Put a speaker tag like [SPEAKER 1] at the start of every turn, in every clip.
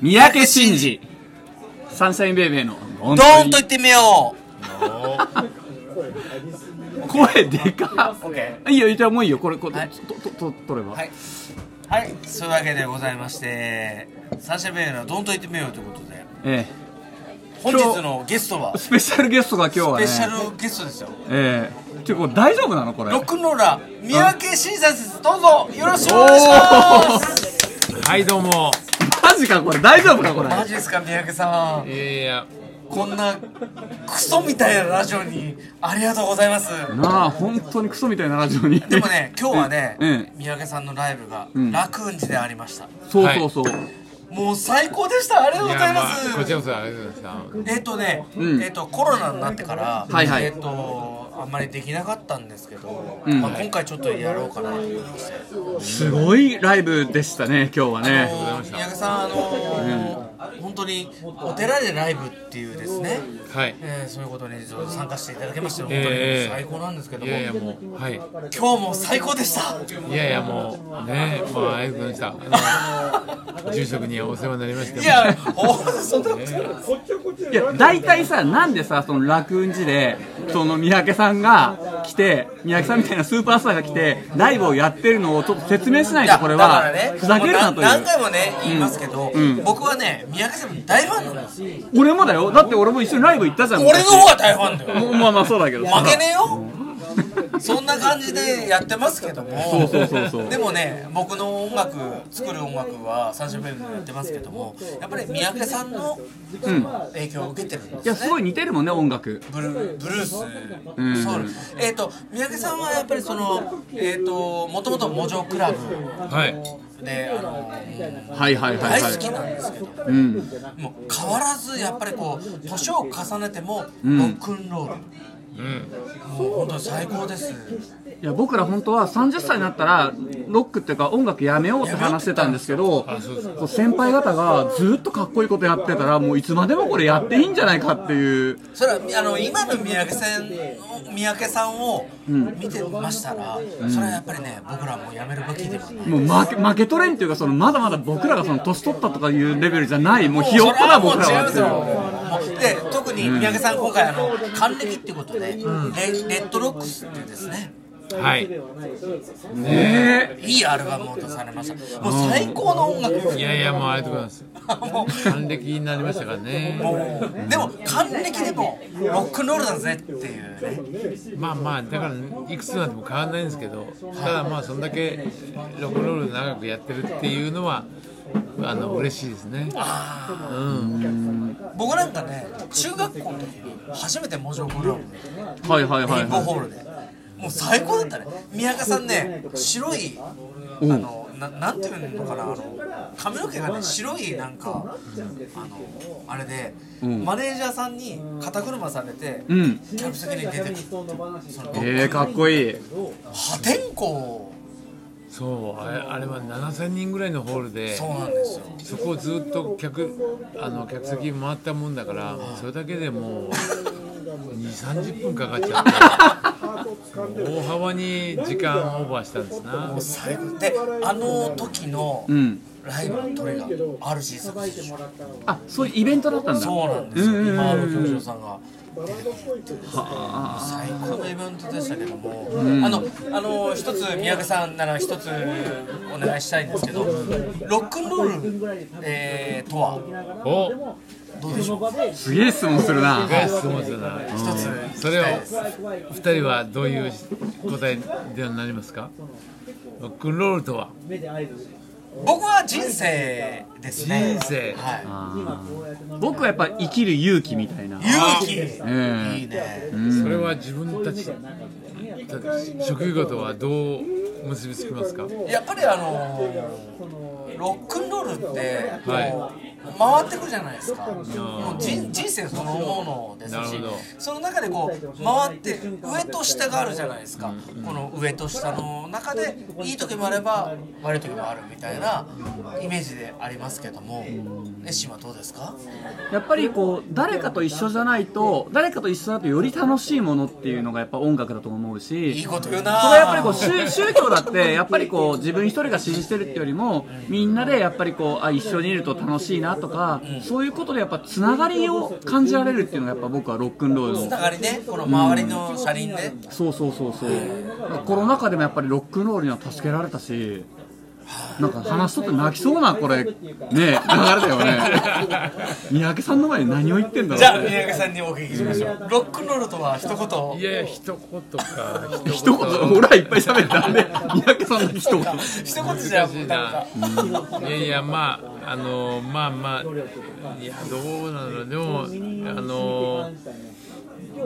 [SPEAKER 1] 三宅真司サンシャインベイベーのド
[SPEAKER 2] ドーンと言ってみよ
[SPEAKER 1] 声でか
[SPEAKER 2] う OK
[SPEAKER 1] っいいよじゃあもういいよこれこれ、
[SPEAKER 2] はい
[SPEAKER 1] ととと取れば、
[SPEAKER 2] はいはいそういうわけでございましてサンシャインベイベーのドーンと言ってみようということで
[SPEAKER 1] え
[SPEAKER 2] 本日のゲストは
[SPEAKER 1] え
[SPEAKER 2] ス
[SPEAKER 1] スペシャルゲストが今日は
[SPEAKER 2] ペ
[SPEAKER 1] ね
[SPEAKER 2] シャルゲストですよ
[SPEAKER 1] ええちょこれ大丈夫なのこれ
[SPEAKER 2] ロックンローラー三宅伸さんですどうぞよろしくお願いします
[SPEAKER 3] はいどうも
[SPEAKER 1] マジかこれ大丈夫かこれ
[SPEAKER 2] マジですか三宅さん
[SPEAKER 3] いやいや
[SPEAKER 2] こんなクソみたいなラジオにありがとうございます
[SPEAKER 1] なあ本当にクソみたいなラジオに
[SPEAKER 2] でもね今日はね、
[SPEAKER 1] うん
[SPEAKER 2] 三宅さんのライブが
[SPEAKER 1] ん
[SPEAKER 2] 楽雲寺でありました、
[SPEAKER 1] そうそうそう、
[SPEAKER 2] もう最高でしたありがとうご
[SPEAKER 3] いや
[SPEAKER 2] ざい
[SPEAKER 3] ま
[SPEAKER 2] ます
[SPEAKER 3] あこちらこそありがとうございます
[SPEAKER 2] えっ、とね、
[SPEAKER 1] うん
[SPEAKER 2] えっ、とコロナになってから、
[SPEAKER 1] はいはい
[SPEAKER 2] えっ、とあんまりできなかったんですけど、
[SPEAKER 1] うん
[SPEAKER 2] まあ、今回ちょっとやろうかなと思いまして、
[SPEAKER 1] すごいライブでしたね今日は
[SPEAKER 2] あ
[SPEAKER 1] ね
[SPEAKER 2] のー三宅さんあのー本当にお寺でライブっていうですね、
[SPEAKER 3] はい
[SPEAKER 2] えーそういうことに参加していただきまして本当に
[SPEAKER 3] ええ
[SPEAKER 2] 最高なんですけど
[SPEAKER 3] い
[SPEAKER 2] も、
[SPEAKER 3] やいやもうはいい
[SPEAKER 2] 今日も最高でした
[SPEAKER 3] やいやもうねまあありがとうございましたあの住職にはお世話になりまして
[SPEAKER 2] いやほんそんなことない
[SPEAKER 1] いや大体さなんでさその楽雲寺でその三宅さんが来て三宅さんみたいなスーパースターが来てライブをやってるのをちょっと説明しない
[SPEAKER 2] い
[SPEAKER 1] と
[SPEAKER 2] や
[SPEAKER 1] これ
[SPEAKER 2] だか
[SPEAKER 1] は
[SPEAKER 2] らね
[SPEAKER 1] ふざけるな
[SPEAKER 2] も
[SPEAKER 1] と
[SPEAKER 2] う何
[SPEAKER 1] いう
[SPEAKER 2] 回もね言いますけど、
[SPEAKER 1] ん
[SPEAKER 2] 僕はね三宅さんの大ファンなんですよ
[SPEAKER 1] 俺もだよだって俺も一緒にライブ行ったじゃん
[SPEAKER 2] 俺の方が大ファンだよ
[SPEAKER 1] もうまあまあそうだけど
[SPEAKER 2] 負けねえよそんな感じでやってますけども
[SPEAKER 1] そうそうそうそう
[SPEAKER 2] でもね僕の音楽作る音楽は三種類もやってますけどもやっぱり三宅さんの
[SPEAKER 1] うん
[SPEAKER 2] 影響を受けてるんです
[SPEAKER 1] いやすごい似てるもんね音楽
[SPEAKER 2] ブルーブルース、
[SPEAKER 1] ん
[SPEAKER 2] ソウルえっ、と三宅さんはやっぱりそのえっ、ともともとモジョクラブ
[SPEAKER 3] はい
[SPEAKER 2] であのもう
[SPEAKER 1] はいはいはい
[SPEAKER 2] 大
[SPEAKER 1] は
[SPEAKER 2] 好き
[SPEAKER 1] い
[SPEAKER 2] なんですけど、
[SPEAKER 1] うん
[SPEAKER 2] もう変わらずやっぱりこう年を重ねてもロ
[SPEAKER 1] ん
[SPEAKER 2] ックンロール、
[SPEAKER 3] うん
[SPEAKER 2] もう本当に最高です
[SPEAKER 1] いや僕ら本当は30歳になったらロックっていうか音楽やめようって話してたんですけどこう先輩方がずっとかっこいいことやってたらもういつまでもこれやっていいんじゃないかっていう
[SPEAKER 2] それはあの今の三宅さん三宅さんを見てましたら、それはやっぱりね僕らもやめるべきではない
[SPEAKER 1] もう負け負け取れんっていうかそのまだまだ僕らがその年取ったとかいうレベルじゃないもうひよっこだ僕らはって
[SPEAKER 2] それ
[SPEAKER 1] いう
[SPEAKER 2] はもう違うぞもうで特に三宅さん今回あの還暦っていうことで、レレッドロックスっていうですね
[SPEAKER 3] はい
[SPEAKER 1] ね
[SPEAKER 2] いいアルバムを出されましたもう最高の音楽です
[SPEAKER 3] いやいやもうありがとうございます
[SPEAKER 2] もう
[SPEAKER 3] 還暦になりましたからね
[SPEAKER 2] でも還暦でもロックンロールだぜっていうね
[SPEAKER 3] まあまあだからいくつになっても変わらないんですけどただまあそんだけロックンロール長くやってるっていうのはあの嬉しいですねうん
[SPEAKER 2] 僕なんかね中学校の時初めてモジョクラブに
[SPEAKER 1] えはいはいは
[SPEAKER 2] ビ
[SPEAKER 1] い
[SPEAKER 2] ンゴ
[SPEAKER 1] は
[SPEAKER 2] ホールでもう最高だったね宮川さんね白いあのななんていうのかなあの髪の毛がね白いなんかあのあれで、
[SPEAKER 1] ん
[SPEAKER 2] マネージャーさんに肩車されて、
[SPEAKER 1] いうん
[SPEAKER 2] キャブ席に出てくるその
[SPEAKER 1] ええかっこいい
[SPEAKER 2] 破天荒
[SPEAKER 3] そうあれあれは7000人ぐらいのホールで
[SPEAKER 2] そうなんですよ
[SPEAKER 3] そこをずっと客あの客席回ったもんだからそれだけでもう2 3 0分かかっちゃってもう大幅に時間オーバーしたんですな
[SPEAKER 2] 最後であの時の
[SPEAKER 1] うん
[SPEAKER 2] ライブのトリが RG さんですよ
[SPEAKER 1] あそういうイベントだったんだ
[SPEAKER 2] そうなんですよ
[SPEAKER 1] うんうんうん
[SPEAKER 2] 今原教授さんが出てくるっていう最高のイベントでしたけども、あのあの一つ宮部さんなら一つお願いしたいんですけど、ロックンロール、えー、とは
[SPEAKER 3] お
[SPEAKER 2] どうでしょうか。
[SPEAKER 1] すげえ質問するな
[SPEAKER 3] ガスもそうだな
[SPEAKER 2] 一つ
[SPEAKER 3] それを2人はどういう答えではなりますかロックンロールとは
[SPEAKER 2] 僕は人生ですね。
[SPEAKER 3] 人生
[SPEAKER 2] は。
[SPEAKER 1] あー僕はやっぱ生きる勇気みたいない
[SPEAKER 2] 勇気。
[SPEAKER 1] ええ
[SPEAKER 2] いいね。
[SPEAKER 3] それは自分たち職業とはどう結びつきますか
[SPEAKER 2] やっぱりあのロックンロールって、
[SPEAKER 3] はい
[SPEAKER 2] もう回ってくるじゃないですか、
[SPEAKER 3] ー
[SPEAKER 2] もう人人生そのものです
[SPEAKER 3] なる
[SPEAKER 2] し
[SPEAKER 3] ほど
[SPEAKER 2] その中でこう回って上と下があるじゃないですか、この上と下の中でいい時もあれば悪い時もあるみたいなイメージでありますけどもネッシーはどうですか
[SPEAKER 1] やっぱりこう誰かと一緒じゃないと誰かと一緒だとより楽しいものっていうのがやっぱ音楽だと思うし
[SPEAKER 2] いいこと言うな
[SPEAKER 1] それはやっぱ りこう宗宗教だってやっぱりこう自分一人が信じてるってよりもみんなでやっぱりこうあ一緒にいると楽しいななとか、そういうことでやっぱつながりを感じられるっていうのがやっぱ僕はロックンロール
[SPEAKER 2] つ
[SPEAKER 1] の
[SPEAKER 2] ながりねこの周りの車輪ね、
[SPEAKER 1] そうそうそうそうコロナ禍でもやっぱりロックンロールには助けられたしなんか話しとって泣きそうなこれね流れだよね三宅さんの前に何を言ってんだ
[SPEAKER 2] じゃあ
[SPEAKER 1] ろうっ
[SPEAKER 2] 三
[SPEAKER 1] て
[SPEAKER 2] 宅さんにお聞きしましょうロックンロールとは一言
[SPEAKER 3] いやいや一言か
[SPEAKER 1] 一言俺はいっぱい喋ったんで三宅さんの一言
[SPEAKER 2] 一言じゃもうなんか
[SPEAKER 3] いやいやまああのまあまあいやどうなのでもあの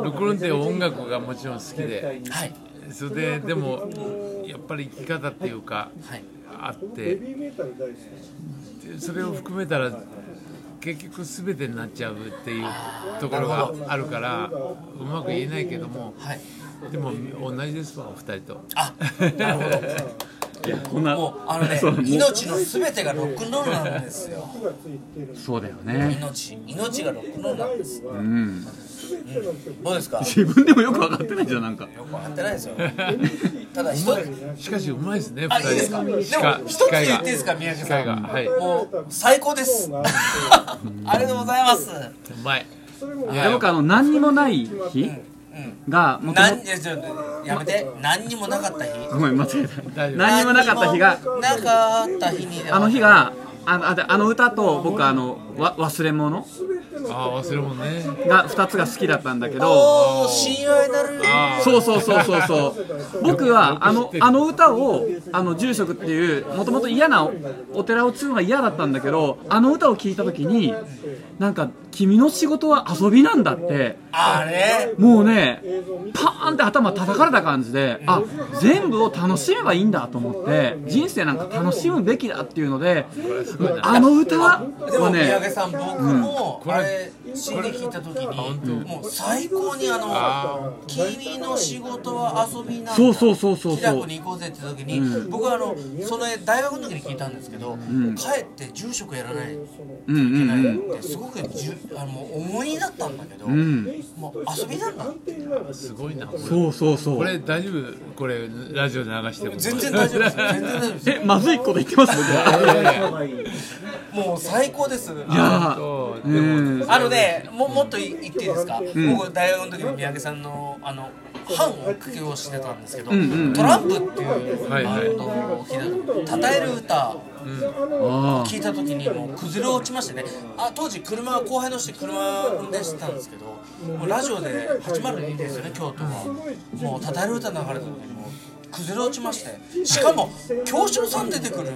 [SPEAKER 3] ロクロンって音楽がもちろん好きで
[SPEAKER 2] はい
[SPEAKER 3] それででもやっぱり生き方っていうか
[SPEAKER 2] はい
[SPEAKER 3] あってでそれを含めたら結局全てになっちゃうっていうところがあるからうまく言えないけども
[SPEAKER 2] はい
[SPEAKER 3] でも同じですわお二人と。
[SPEAKER 2] あなるほど
[SPEAKER 1] いやこんな
[SPEAKER 2] もうあの ね
[SPEAKER 1] そうもう
[SPEAKER 2] 命の全てがロックンロールなんですよ
[SPEAKER 1] そうだよね
[SPEAKER 2] 命命がロックンロールなんです
[SPEAKER 1] うん
[SPEAKER 2] どうですか
[SPEAKER 1] 自分でもよく分かってないじゃんなんか
[SPEAKER 2] よくわかってないですよただ一つ
[SPEAKER 3] しかしうまいですね。
[SPEAKER 2] あいいですかでも
[SPEAKER 3] 二
[SPEAKER 2] 一つ
[SPEAKER 3] 人
[SPEAKER 2] 言
[SPEAKER 3] 司
[SPEAKER 2] っ
[SPEAKER 3] 会
[SPEAKER 2] てい
[SPEAKER 3] が
[SPEAKER 2] いですか宮城
[SPEAKER 3] 司
[SPEAKER 2] さ
[SPEAKER 3] 会
[SPEAKER 2] ん
[SPEAKER 3] がはい。
[SPEAKER 2] もう最高ですありがとうございます
[SPEAKER 3] うまい。い
[SPEAKER 1] で
[SPEAKER 3] や
[SPEAKER 1] 僕あの何にもない日
[SPEAKER 2] うん
[SPEAKER 1] がもとも
[SPEAKER 2] 何でちょっとやめて何にもなかった日
[SPEAKER 1] ごめん間違えた
[SPEAKER 3] 大丈夫
[SPEAKER 1] 何にもなかった日が
[SPEAKER 2] 何にもなかった日に
[SPEAKER 1] あの日があのあであの歌と僕あのわ忘れ物
[SPEAKER 3] ああ忘れ物ね。
[SPEAKER 1] が2つが好きだったんだけど
[SPEAKER 2] おー親愛なる
[SPEAKER 3] あ
[SPEAKER 1] そうそうそうそうそう僕はあのあの歌をあの住職っていうもともと嫌なおお寺を継ぐのが嫌だったんだけどあの歌を聴いた時になんか「君の仕事は遊びなんだ」って
[SPEAKER 2] あれ
[SPEAKER 1] もうねパーンって頭叩かれた感じであ全部を楽しめばいいんだと思って人生なんか楽しむべきだっていうのでもうあの歌
[SPEAKER 2] で
[SPEAKER 1] は
[SPEAKER 2] も宮
[SPEAKER 1] ね
[SPEAKER 2] 家さん僕も
[SPEAKER 3] うん
[SPEAKER 2] あれ CD 聞いた時にもう最高にあ
[SPEAKER 3] あ
[SPEAKER 2] の「君の仕事は遊びなんだ」
[SPEAKER 1] そうそうそうそうそう
[SPEAKER 2] きなこに行こうぜ」って時に、僕はあのその大学の時に聞いたんですけど、帰って住職やらないとい
[SPEAKER 1] うんう
[SPEAKER 2] け
[SPEAKER 1] んう
[SPEAKER 2] ない
[SPEAKER 1] ん
[SPEAKER 2] ってすごくじゅあの思いだったんだけど、
[SPEAKER 1] ん
[SPEAKER 2] もう遊びなんだって
[SPEAKER 3] すごいな。これ
[SPEAKER 1] そうそうそう
[SPEAKER 3] これ大丈夫これラジオで流しても。
[SPEAKER 2] 全然大丈夫です全然大丈夫です
[SPEAKER 1] えまずいこと言ってます僕はい
[SPEAKER 3] やいや
[SPEAKER 2] もう最高です
[SPEAKER 1] いや
[SPEAKER 3] そ
[SPEAKER 1] ー
[SPEAKER 3] うでも
[SPEAKER 1] うん
[SPEAKER 2] あのね、ももっと言っていいですか、僕、大学の時に三宅さんのあの反を苦をしてたんですけど、
[SPEAKER 1] んうん
[SPEAKER 2] トランプっていうバ
[SPEAKER 3] はいはい
[SPEAKER 2] ンドを聴いた、たたえる歌、
[SPEAKER 1] あ
[SPEAKER 2] 聞いた時に、もう崩れ落ちましてね、あ当時、車は後輩の人で車運転してたんですけど、もうラジオで802ですよね、京都は。もうたたえる歌流れた時にもう崩れ落ちまして、しかも、京師さん出てくる、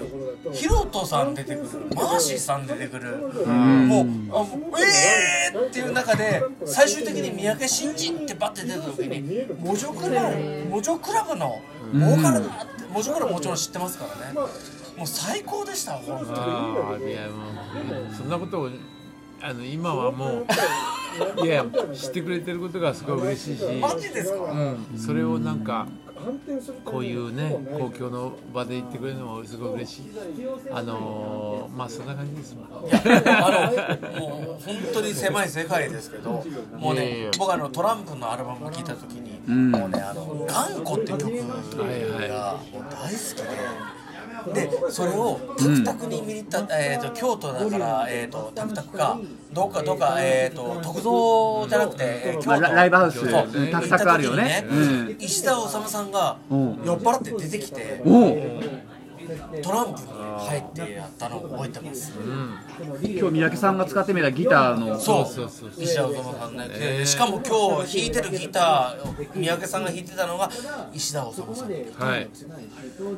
[SPEAKER 2] ヒロトさん出てくる、マーシーさん出てくる。もうあもうえーっていう中で最終的に三宅伸二ってバッて出た時にモジョクラブモジョクラブのボーカルだってモジョクラブもちろん知ってますからねもう最高でした本当に
[SPEAKER 3] ああいやもうそんなことをあの今はもういやいや知ってくれてることがすごい嬉しいし。
[SPEAKER 2] マジですか
[SPEAKER 3] うんそれをなんかこういうね公共の場で言ってくれるのはすごい嬉しいあのーまあそんな感じですわ
[SPEAKER 2] あのもう本当に狭い世界ですけどもう
[SPEAKER 3] いやい
[SPEAKER 2] ね
[SPEAKER 3] や
[SPEAKER 2] 僕あのトランプのアルバムを聴いた時に、
[SPEAKER 1] ん
[SPEAKER 2] もうね「あの頑固」って曲
[SPEAKER 3] いはい
[SPEAKER 2] がもう大好きで。でそれをタクタクに見に行った、えー、と京都だから、えー、とタクタクかどっかどっか、えー、と徳造じゃなくて、えー京
[SPEAKER 1] まあ
[SPEAKER 2] 都
[SPEAKER 1] ラライブハウス
[SPEAKER 2] そう
[SPEAKER 1] うんタクタクあるよね
[SPEAKER 2] 行った時に
[SPEAKER 1] うん
[SPEAKER 2] 石田治さんが
[SPEAKER 1] う
[SPEAKER 2] 酔
[SPEAKER 1] ん
[SPEAKER 2] っ払って出てきて、
[SPEAKER 1] おお
[SPEAKER 2] トランプに入ってやったのを覚えてます、
[SPEAKER 1] 今日三宅さんが使ってみたギターの
[SPEAKER 2] そう
[SPEAKER 3] そうそうそう
[SPEAKER 2] 石田治さんね、でしかも今日弾いてるギター三宅さんが弾いてたのが石田治さん、
[SPEAKER 3] はい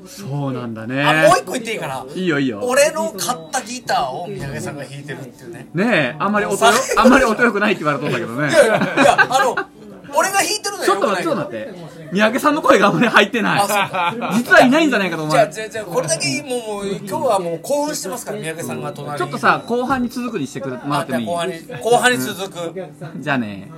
[SPEAKER 1] そうなんだ
[SPEAKER 2] あ
[SPEAKER 1] ね
[SPEAKER 2] もう一個言っていいかない
[SPEAKER 1] いよいいよ
[SPEAKER 2] 俺の買ったギターを三宅さんが弾いてるっていうね
[SPEAKER 1] ねえあんまり音よあんまり音良くないって言われとったけどね
[SPEAKER 2] いやいやいやあの俺が弾いてるのは
[SPEAKER 1] ちょ
[SPEAKER 2] よ
[SPEAKER 1] っ
[SPEAKER 2] く
[SPEAKER 1] と
[SPEAKER 2] な
[SPEAKER 1] 待っ
[SPEAKER 2] い
[SPEAKER 1] て
[SPEAKER 2] け
[SPEAKER 1] ち
[SPEAKER 2] ど
[SPEAKER 1] ょっと待って三宅さんの声があんまり入ってない
[SPEAKER 2] あそうか
[SPEAKER 1] 実はいないんじゃないかと思
[SPEAKER 2] じゃ
[SPEAKER 1] わ
[SPEAKER 2] あ
[SPEAKER 1] れ
[SPEAKER 2] じゃあじゃあこれだけもうもう今日はもう興奮してますから三宅さんが隣に
[SPEAKER 1] ちょっとさ後半に続くにしてくれもら
[SPEAKER 2] あ
[SPEAKER 1] って
[SPEAKER 2] じゃ
[SPEAKER 1] も
[SPEAKER 2] あ
[SPEAKER 1] い
[SPEAKER 2] 後半に後半に続く
[SPEAKER 1] いじゃあね